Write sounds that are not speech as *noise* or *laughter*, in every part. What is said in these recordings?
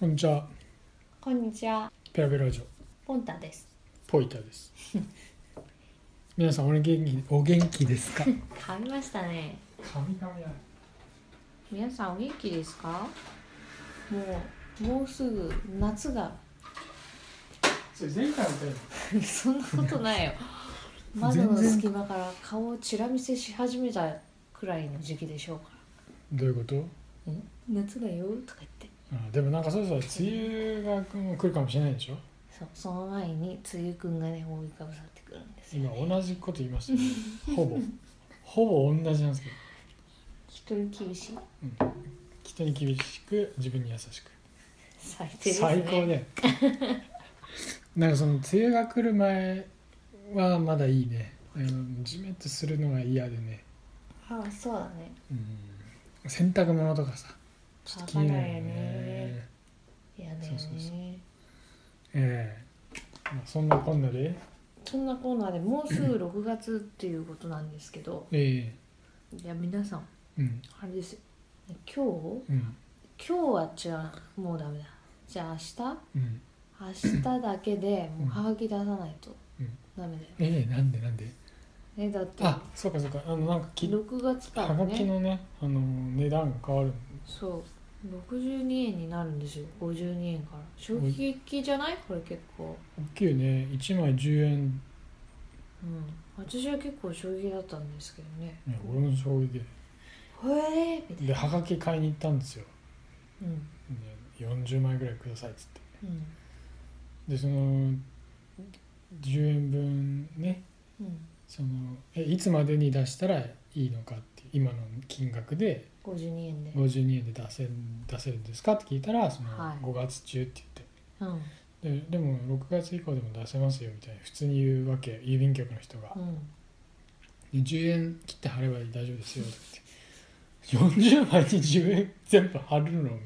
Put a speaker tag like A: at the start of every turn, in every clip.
A: こんにちは。
B: こんにちは、
A: ペラペララジオ、
B: ポンタです。
A: ポイタです。皆さん、お元気、お元気ですか。
B: 噛みましたね。
A: 神々だ。
B: 皆さんお元気ですかもう、もうすぐ夏が、
A: それ前回みたいな。
B: そんなことない *laughs* よ。窓の隙間から顔をチラ見せし始めたくらいの時期でしょうか
A: どういうこと。
B: ら。夏だよとか言って。
A: あ、でも、なんか、そろそろ梅雨が来るかもしれないでしょ
B: そう、その前に梅雨くんがね、覆いかぶさってくるんですよ、
A: 今、
B: ね。
A: 同じこと言いました、ね。ほぼ。ほぼ同じなんですけ
B: 人に厳しい。
A: ど。うん、人に厳しく、自分に優しく。
B: 最低ですね。
A: 最高ね。なんか、その梅雨が来る前。は、まだいいね。あの、じめっとするのが嫌でね。
B: ああ、そうだね。
A: うん、洗濯物とかさちょっと気になるよね
B: 嫌だよ
A: そうそうそ
B: ね。
A: ええまあ、そんなこんなで
B: そんなコーナーでもうすぐ6月っていうことなんですけど、
A: え
B: いや皆さん
A: えうん
B: あれですよ今日
A: うん
B: 今日は違うもうダメだじゃあ
A: うん
B: 明日明日だけでもうハガキ出さないと
A: うん
B: ダメだよ、
A: ええなんでなんで
B: えだって
A: あそうかそうかあのなんかき
B: 6月か
A: は
B: ら
A: がき
B: ね
A: のねあの値段が変わる
B: そう62円になるんですよ52円から衝撃じゃないこれ結構
A: 大きいよね1枚10円、
B: うん私は結構衝撃だったんですけどね
A: ね、俺も醤油で
B: へえみたい
A: ではがき買いに行ったんですよ、
B: なうん
A: ね、40枚ぐらいくださいっつって
B: うん
A: でその10円分ね
B: うん
A: そのえいつまでに出したらいいのかっていう今の金額で
B: 52円で
A: 52円で出せ出せるんですかって聞いたらその
B: はい
A: 5月中って
B: うんうん
A: 言って、ででも6月以降でも出せますよみたいな普通に言うわけ郵便局の人が「で10円切って貼れば大丈夫ですよ」とか言って40枚に10円全部貼るのみたいな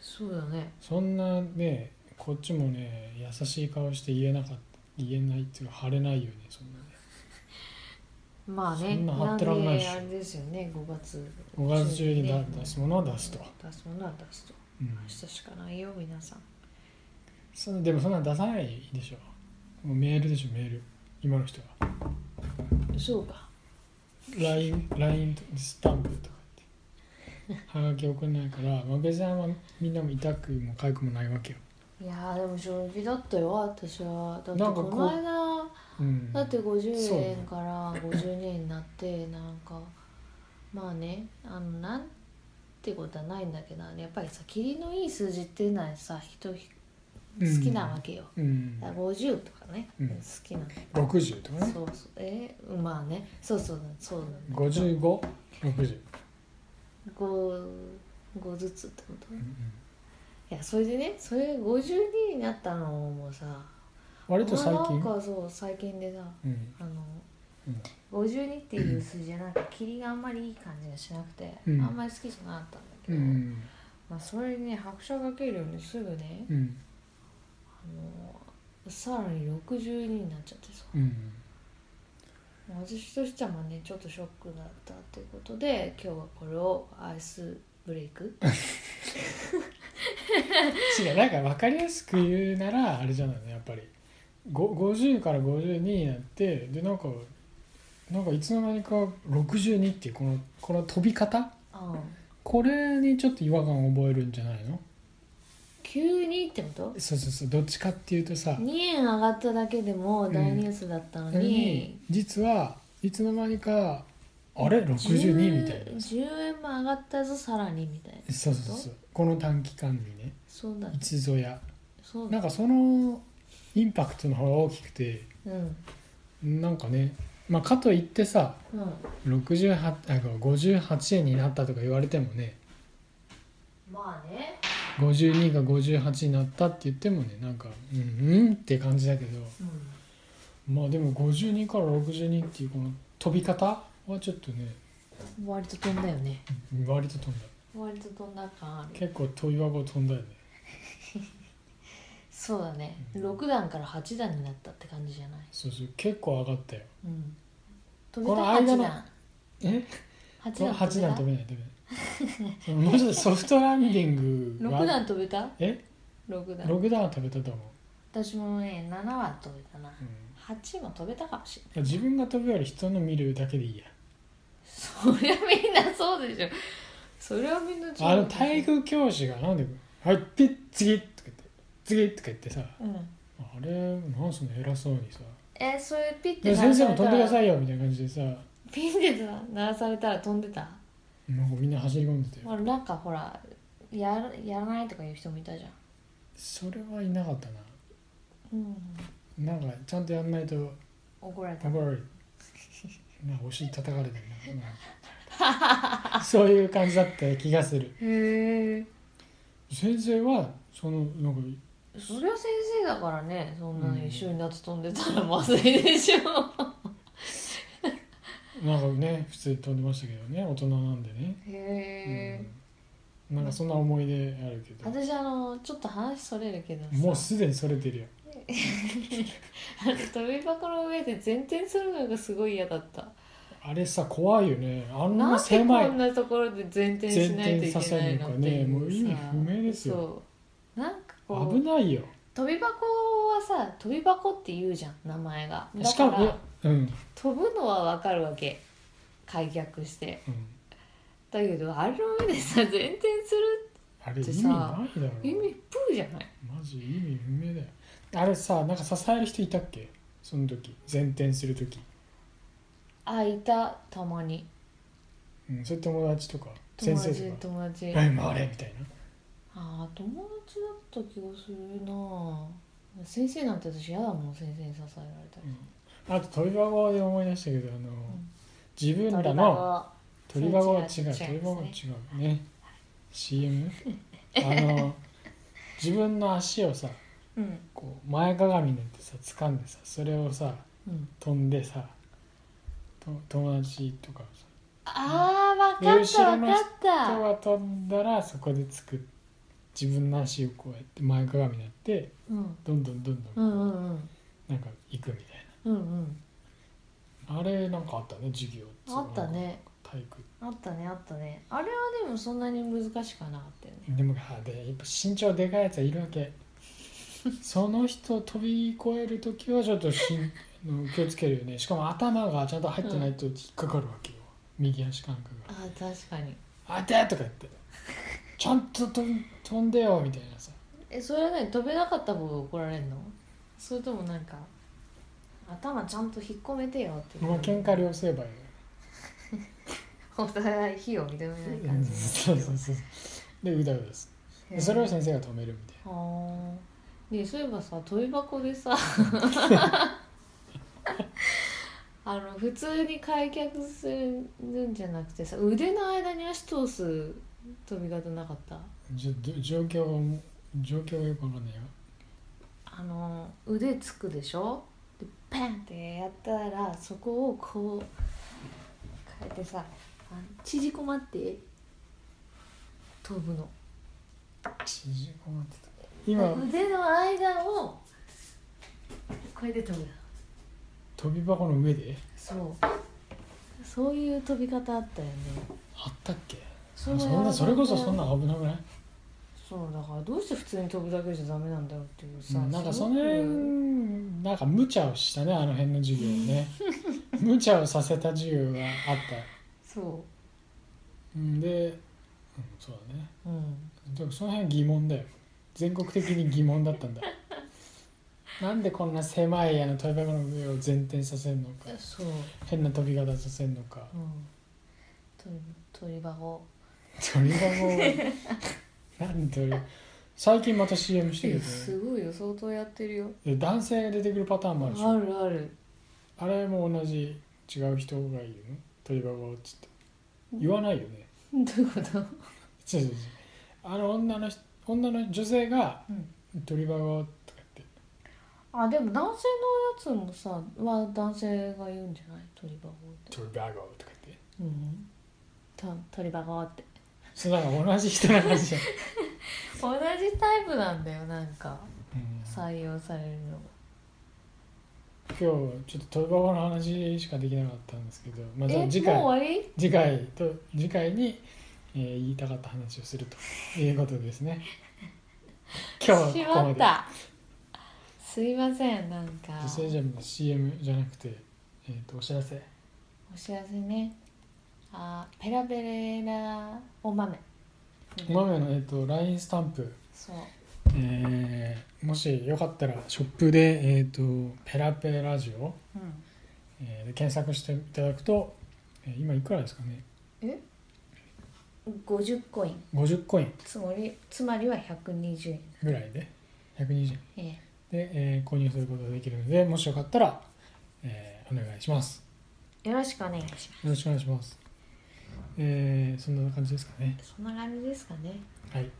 B: そうだね
A: そんなねこっちもね優しい顔して言えなかった言えないっていうか貼れないよねそんなね
B: まあね、
A: そんな
B: な
A: 貼
B: ん
A: って
B: で
A: らんないでしょ
B: あれですよね、5月。
A: 5月中にだ
B: ね
A: 出すものは出すと、
B: 出すものは出すと。
A: うん
B: 明、日しかないよ、皆さん。
A: そでもそんなの出さないでしょもうメールでしょメール今の人は
B: そうか。
A: ラインラインスタンプとか言ってはがき送れないから、まあ、別にあんまみんなも痛くもかゆくもないわけよ、
B: いやー、でも正直だったよ、私は。だって
A: なんか
B: こ
A: こう
B: の間、
A: うん、
B: だって50
A: そうね
B: 円から52円になって、なんか、まあね、あの、なんてことはないんだけど、やっぱりさ、霧のいい数字っていうのはさ、人ひ
A: うん
B: 好きなわけよ。
A: うん
B: だから50とかね、
A: うん
B: 好きな。
A: 60とかね
B: そうそう、えー、まあね、そうそう、そうなんだけど。
A: 5560、
B: 5, 5ずつってこと、
A: うんう
B: い
A: ん
B: やそれでねそれ52になったのもさ
A: 割と最
B: あなん
A: 近
B: かそう最近でさ
A: うん
B: あの
A: うん
B: 52っていう数字じゃなんか霧があんまりいい感じがしなくて、
A: うん
B: あんまり好きじゃなかったんだけ
A: う
B: ど、
A: ん
B: まあ、それにね拍車かけるようにすぐね
A: うん
B: あのさらに62になっちゃってさ
A: うん
B: 私としてはまあねちょっとショックだったってことで今日はこれをアイスブレイク
A: 違うなんか分かりやすく言うならあれじゃないのやっぱりご50から52になってでなんかなんかいつの間にか62っていうこのこの飛び方
B: うん
A: これにちょっと違和感を覚えるんじゃないの
B: 急にってこと
A: そうそうそうどっちかっていうとさ
B: 2円上がっただけでも大ニュースだったの
A: なのに
B: に、
A: 実はいつの間にかあれ
B: 十
A: 62みたいな
B: 10円も上がったぞさらにみたいな
A: そうそうそうこの短期間にね
B: そうだ
A: いつぞや
B: そう
A: なん
B: だ
A: かそのインパクトの方が大きくて
B: うんうん
A: なんかねまあかといってさ68あ58円になったとか言われてもね
B: まあね
A: 52が58になったって言ってもねなんかうんうんって感じだけど
B: うん
A: まあでも52から62っていうこの飛び方はちょっとね
B: 割と飛んだよね
A: 割と飛んだ
B: 割と飛んだ感ある
A: 結構飛び箱飛んだよね
B: そうだね
A: うん
B: 6段から8段になったって感じじゃない
A: そうそう結構上がったよ
B: うん飛
A: こ
B: べ
A: の
B: た
A: 間
B: 8
A: の
B: 段
A: え
B: 8
A: こ
B: 段
A: の8段
B: 飛
A: 飛
B: べ
A: べない飛べないそのもうちょっとソフトランディング
B: 6
A: は
B: 段飛べた
A: え
B: 6段
A: 6段は飛べたと思う、
B: 私もね7は飛べたな
A: うん
B: 8も飛べたかもしれない
A: 自分が飛ぶより人の見るだけでいいや
B: そりゃみんなそうでしょそれはみんな
A: あの
B: でしょ
A: 体育教師がなんで「はいで次」とか言って「次」とか言ってさ
B: うん
A: あれなんすね偉そうにさ
B: えそれピッ
A: で
B: て
A: 先生も飛んでくだ
B: い
A: さいよみたいな感じでさ
B: ピンで鳴らされたら飛んでた
A: なんかみんな走り込んでて
B: ほらなんかほらやるやらないとか言う人もいたじゃん
A: それはいなかったな
B: うん
A: なんかちゃんとやんないと
B: 怒られた
A: 怒られるなんかお尻叩かれたりなんかそういう感じだった気がする
B: へえ
A: 先生はそのなんか
B: そりゃ先生だからねそんなの一緒に夏飛んでたらまずいでしょ、
A: なんかね普通に飛んでましたけどね大人なんでね、
B: へえ、
A: うん、なんかそんな思い出あるけど
B: 私あのちょっと話それるけどさ
A: もうすでにそれてるよ
B: あの飛び箱の上で前転するのがすごい嫌だった
A: あれさ怖いよねあん
B: な
A: なん
B: で
A: 狭
B: こ
A: い
B: んなところで前転しないとい
A: 前
B: けないのってい
A: 転させるのかね
B: うさ
A: もう意味不明ですよ
B: そうなんかこ
A: 危
B: う
A: ないよ
B: 飛び箱はさ飛び箱って言うじゃん名前がだ
A: し
B: か
A: かもい
B: ら
A: やうん、
B: 飛ぶのはわかるわけ開脚して
A: うん、
B: だけどあれの上でさ前転する
A: あれ意
B: で
A: 味
B: さ
A: ないだろ
B: 意味プーじゃない
A: マジ意味不明だよあれさなんか支える人いたっけその時前転する時、
B: あいたたまに
A: うん、それ友達とか先
B: 友
A: 生
B: 達
A: とか
B: 友達
A: 「はい回れ」みたいな
B: ああ友達だった気がするなあ先生なんて私嫌だもん先生に支えられたり
A: あと鳥箱で思い出したけどあの、
B: ん
A: 自分ら
B: 鳥
A: の
B: が
A: 鳥箱は違う
B: そ
A: 鳥
B: れ違う
A: 箱は違うね CM? あの自分の足をさ
B: うん
A: こう前かがみになってさ掴んでさそれをさ
B: うん
A: 飛んでさと友達とかさ
B: ああ分かっ
A: 後
B: た
A: ろ
B: 分
A: の
B: かっ
A: 人
B: た
A: が飛んだらそこでつく自分の足をこうやって前かがみになって
B: うん
A: どんどんどん
B: う
A: どん
B: んうんうん
A: なんか行くみたい
B: うんうん
A: なあれなんかあったね授業
B: あったね
A: 体育
B: あったねあったねあれはでもそんなに難しくはなかったよね
A: でもあでやっぱ身長でかいやつはいるわ
B: *laughs*
A: けその人を飛び越える時はちょっとしんあの気をつけるよねしかも頭がちゃんと入ってないと引っかかるわけよ、右足感覚
B: あー確かに
A: が「あて!」とか言って「ちゃんと飛ん飛んでよ」みたいなさ
B: えそれはね飛べなかった方が怒られるのそれともなんか頭ちゃんと引っ込めてよって
A: もう喧嘩両成敗よ
B: お互い火を認めない感じ
A: そうそうそうでうだうだす
B: へ
A: で
B: ー
A: それを先生が止めるみたいな
B: はあねえそういえばさ飛び箱で *laughs* さあの普通に開脚するんじゃなくてさ腕の間に足通す飛び方なかった
A: じゃど状況が状況がよくわかんないよ
B: あの腕つくでしょでパンってやったらそこをこう変えてさあの縮こまって飛ぶの
A: 縮こまってた今
B: 腕の間をこれで飛ぶの
A: 飛び箱の上で
B: そうそういう飛び方あったよね
A: あったっけ
B: そ
A: そんなそれこそそん
B: な
A: な危なくない
B: そうだからどうして普通に飛ぶだけじゃダメなんだろうっていうさ、
A: なんか
B: す
A: そ
B: ご
A: の
B: く
A: 辺なんか無茶をしたねあの辺の授業ね
B: *laughs*
A: 無茶をさせた授業があった
B: そ
A: うんで、うん、そうだね
B: ううん
A: でもその辺疑問だよ全国的に疑問だったん
B: *laughs*
A: だなんでこんな狭いあの飛び箱の上を前転させるのか
B: そう、
A: 変な飛び方させるの
B: *laughs*
A: か
B: うん、鳥鳥箱
A: 鳥箱をなんで鳥最近また CM してるけどね
B: すごいよ相当やってるよ
A: で男性が出てくるパターンもあるでしょ
B: あるある
A: あれも同じ違う人がいるの鳥箱をっつって言わないよね
B: どういうこと
A: 違う違う違うあの女の人女の女性が
B: うん
A: 鳥箱とか言って
B: あでも男性のやつもさは男性が言うんじゃない鳥箱って
A: 鳥箱とか言って
B: うんた鳥箱って
A: そうだから同じ人な感じじ *laughs* ゃん、
B: 同じタイプなんだよなんか
A: うん
B: 採用されるのが
A: 今日ちょっと鳥箱の話しかできなかったんですけどまあじゃあ次
B: えもう
A: 回
B: 終わり
A: 次回と次回にえー言いたかった話をするということです
B: *laughs*
A: ね今日
B: し
A: はここ
B: ま
A: ま
B: っ
A: で
B: たすいませんなんか
A: 女性ジャムの CM じゃなくて、えー、とお知らせ
B: お知らせねあーペラペラお豆
A: お豆の、えー、と LINE スタンプ、
B: そう
A: えーもしよかったらショップで、えーと「ペラペラジオ
B: うん」
A: えーで検索していただくと、えー今いくらですかね
B: え50コイン
A: 50コイン
B: つまりつまりは120円
A: ぐらいで120円
B: ええ
A: で、えー購入することができるのでもしよかったら、えーお願いします
B: よろしくお願いします
A: よろしくお願いしますえーそんな感じですかね
B: そんな感じですかね
A: はい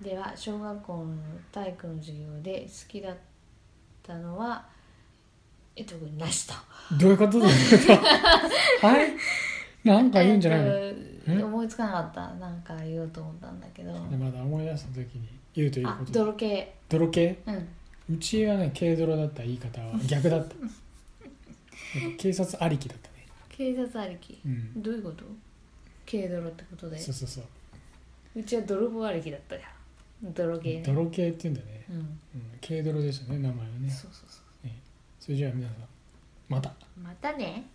B: では小学校の体育の授業で好きだったのはえ特になしと
A: どういうことですか *laughs* はいなんか言うんじゃないの、
B: えっ
A: え
B: と思いつかなかったなんか言おうと思ったんだけど
A: でまだ思い出した時に言うという
B: あ
A: ことで
B: 泥系
A: 泥系
B: うん
A: うちはね軽泥だった言い方は逆だったなんか警察ありきだったね
B: 警察ありき
A: うん
B: どういうこと軽泥ってことで
A: そうそうそう
B: うちは泥棒ありきだったよ泥系ね
A: 泥系って言うんだね、
B: うん
A: うん、軽泥でしたね名前はね
B: そうそうそう
A: それじゃあ皆さんまた
B: またね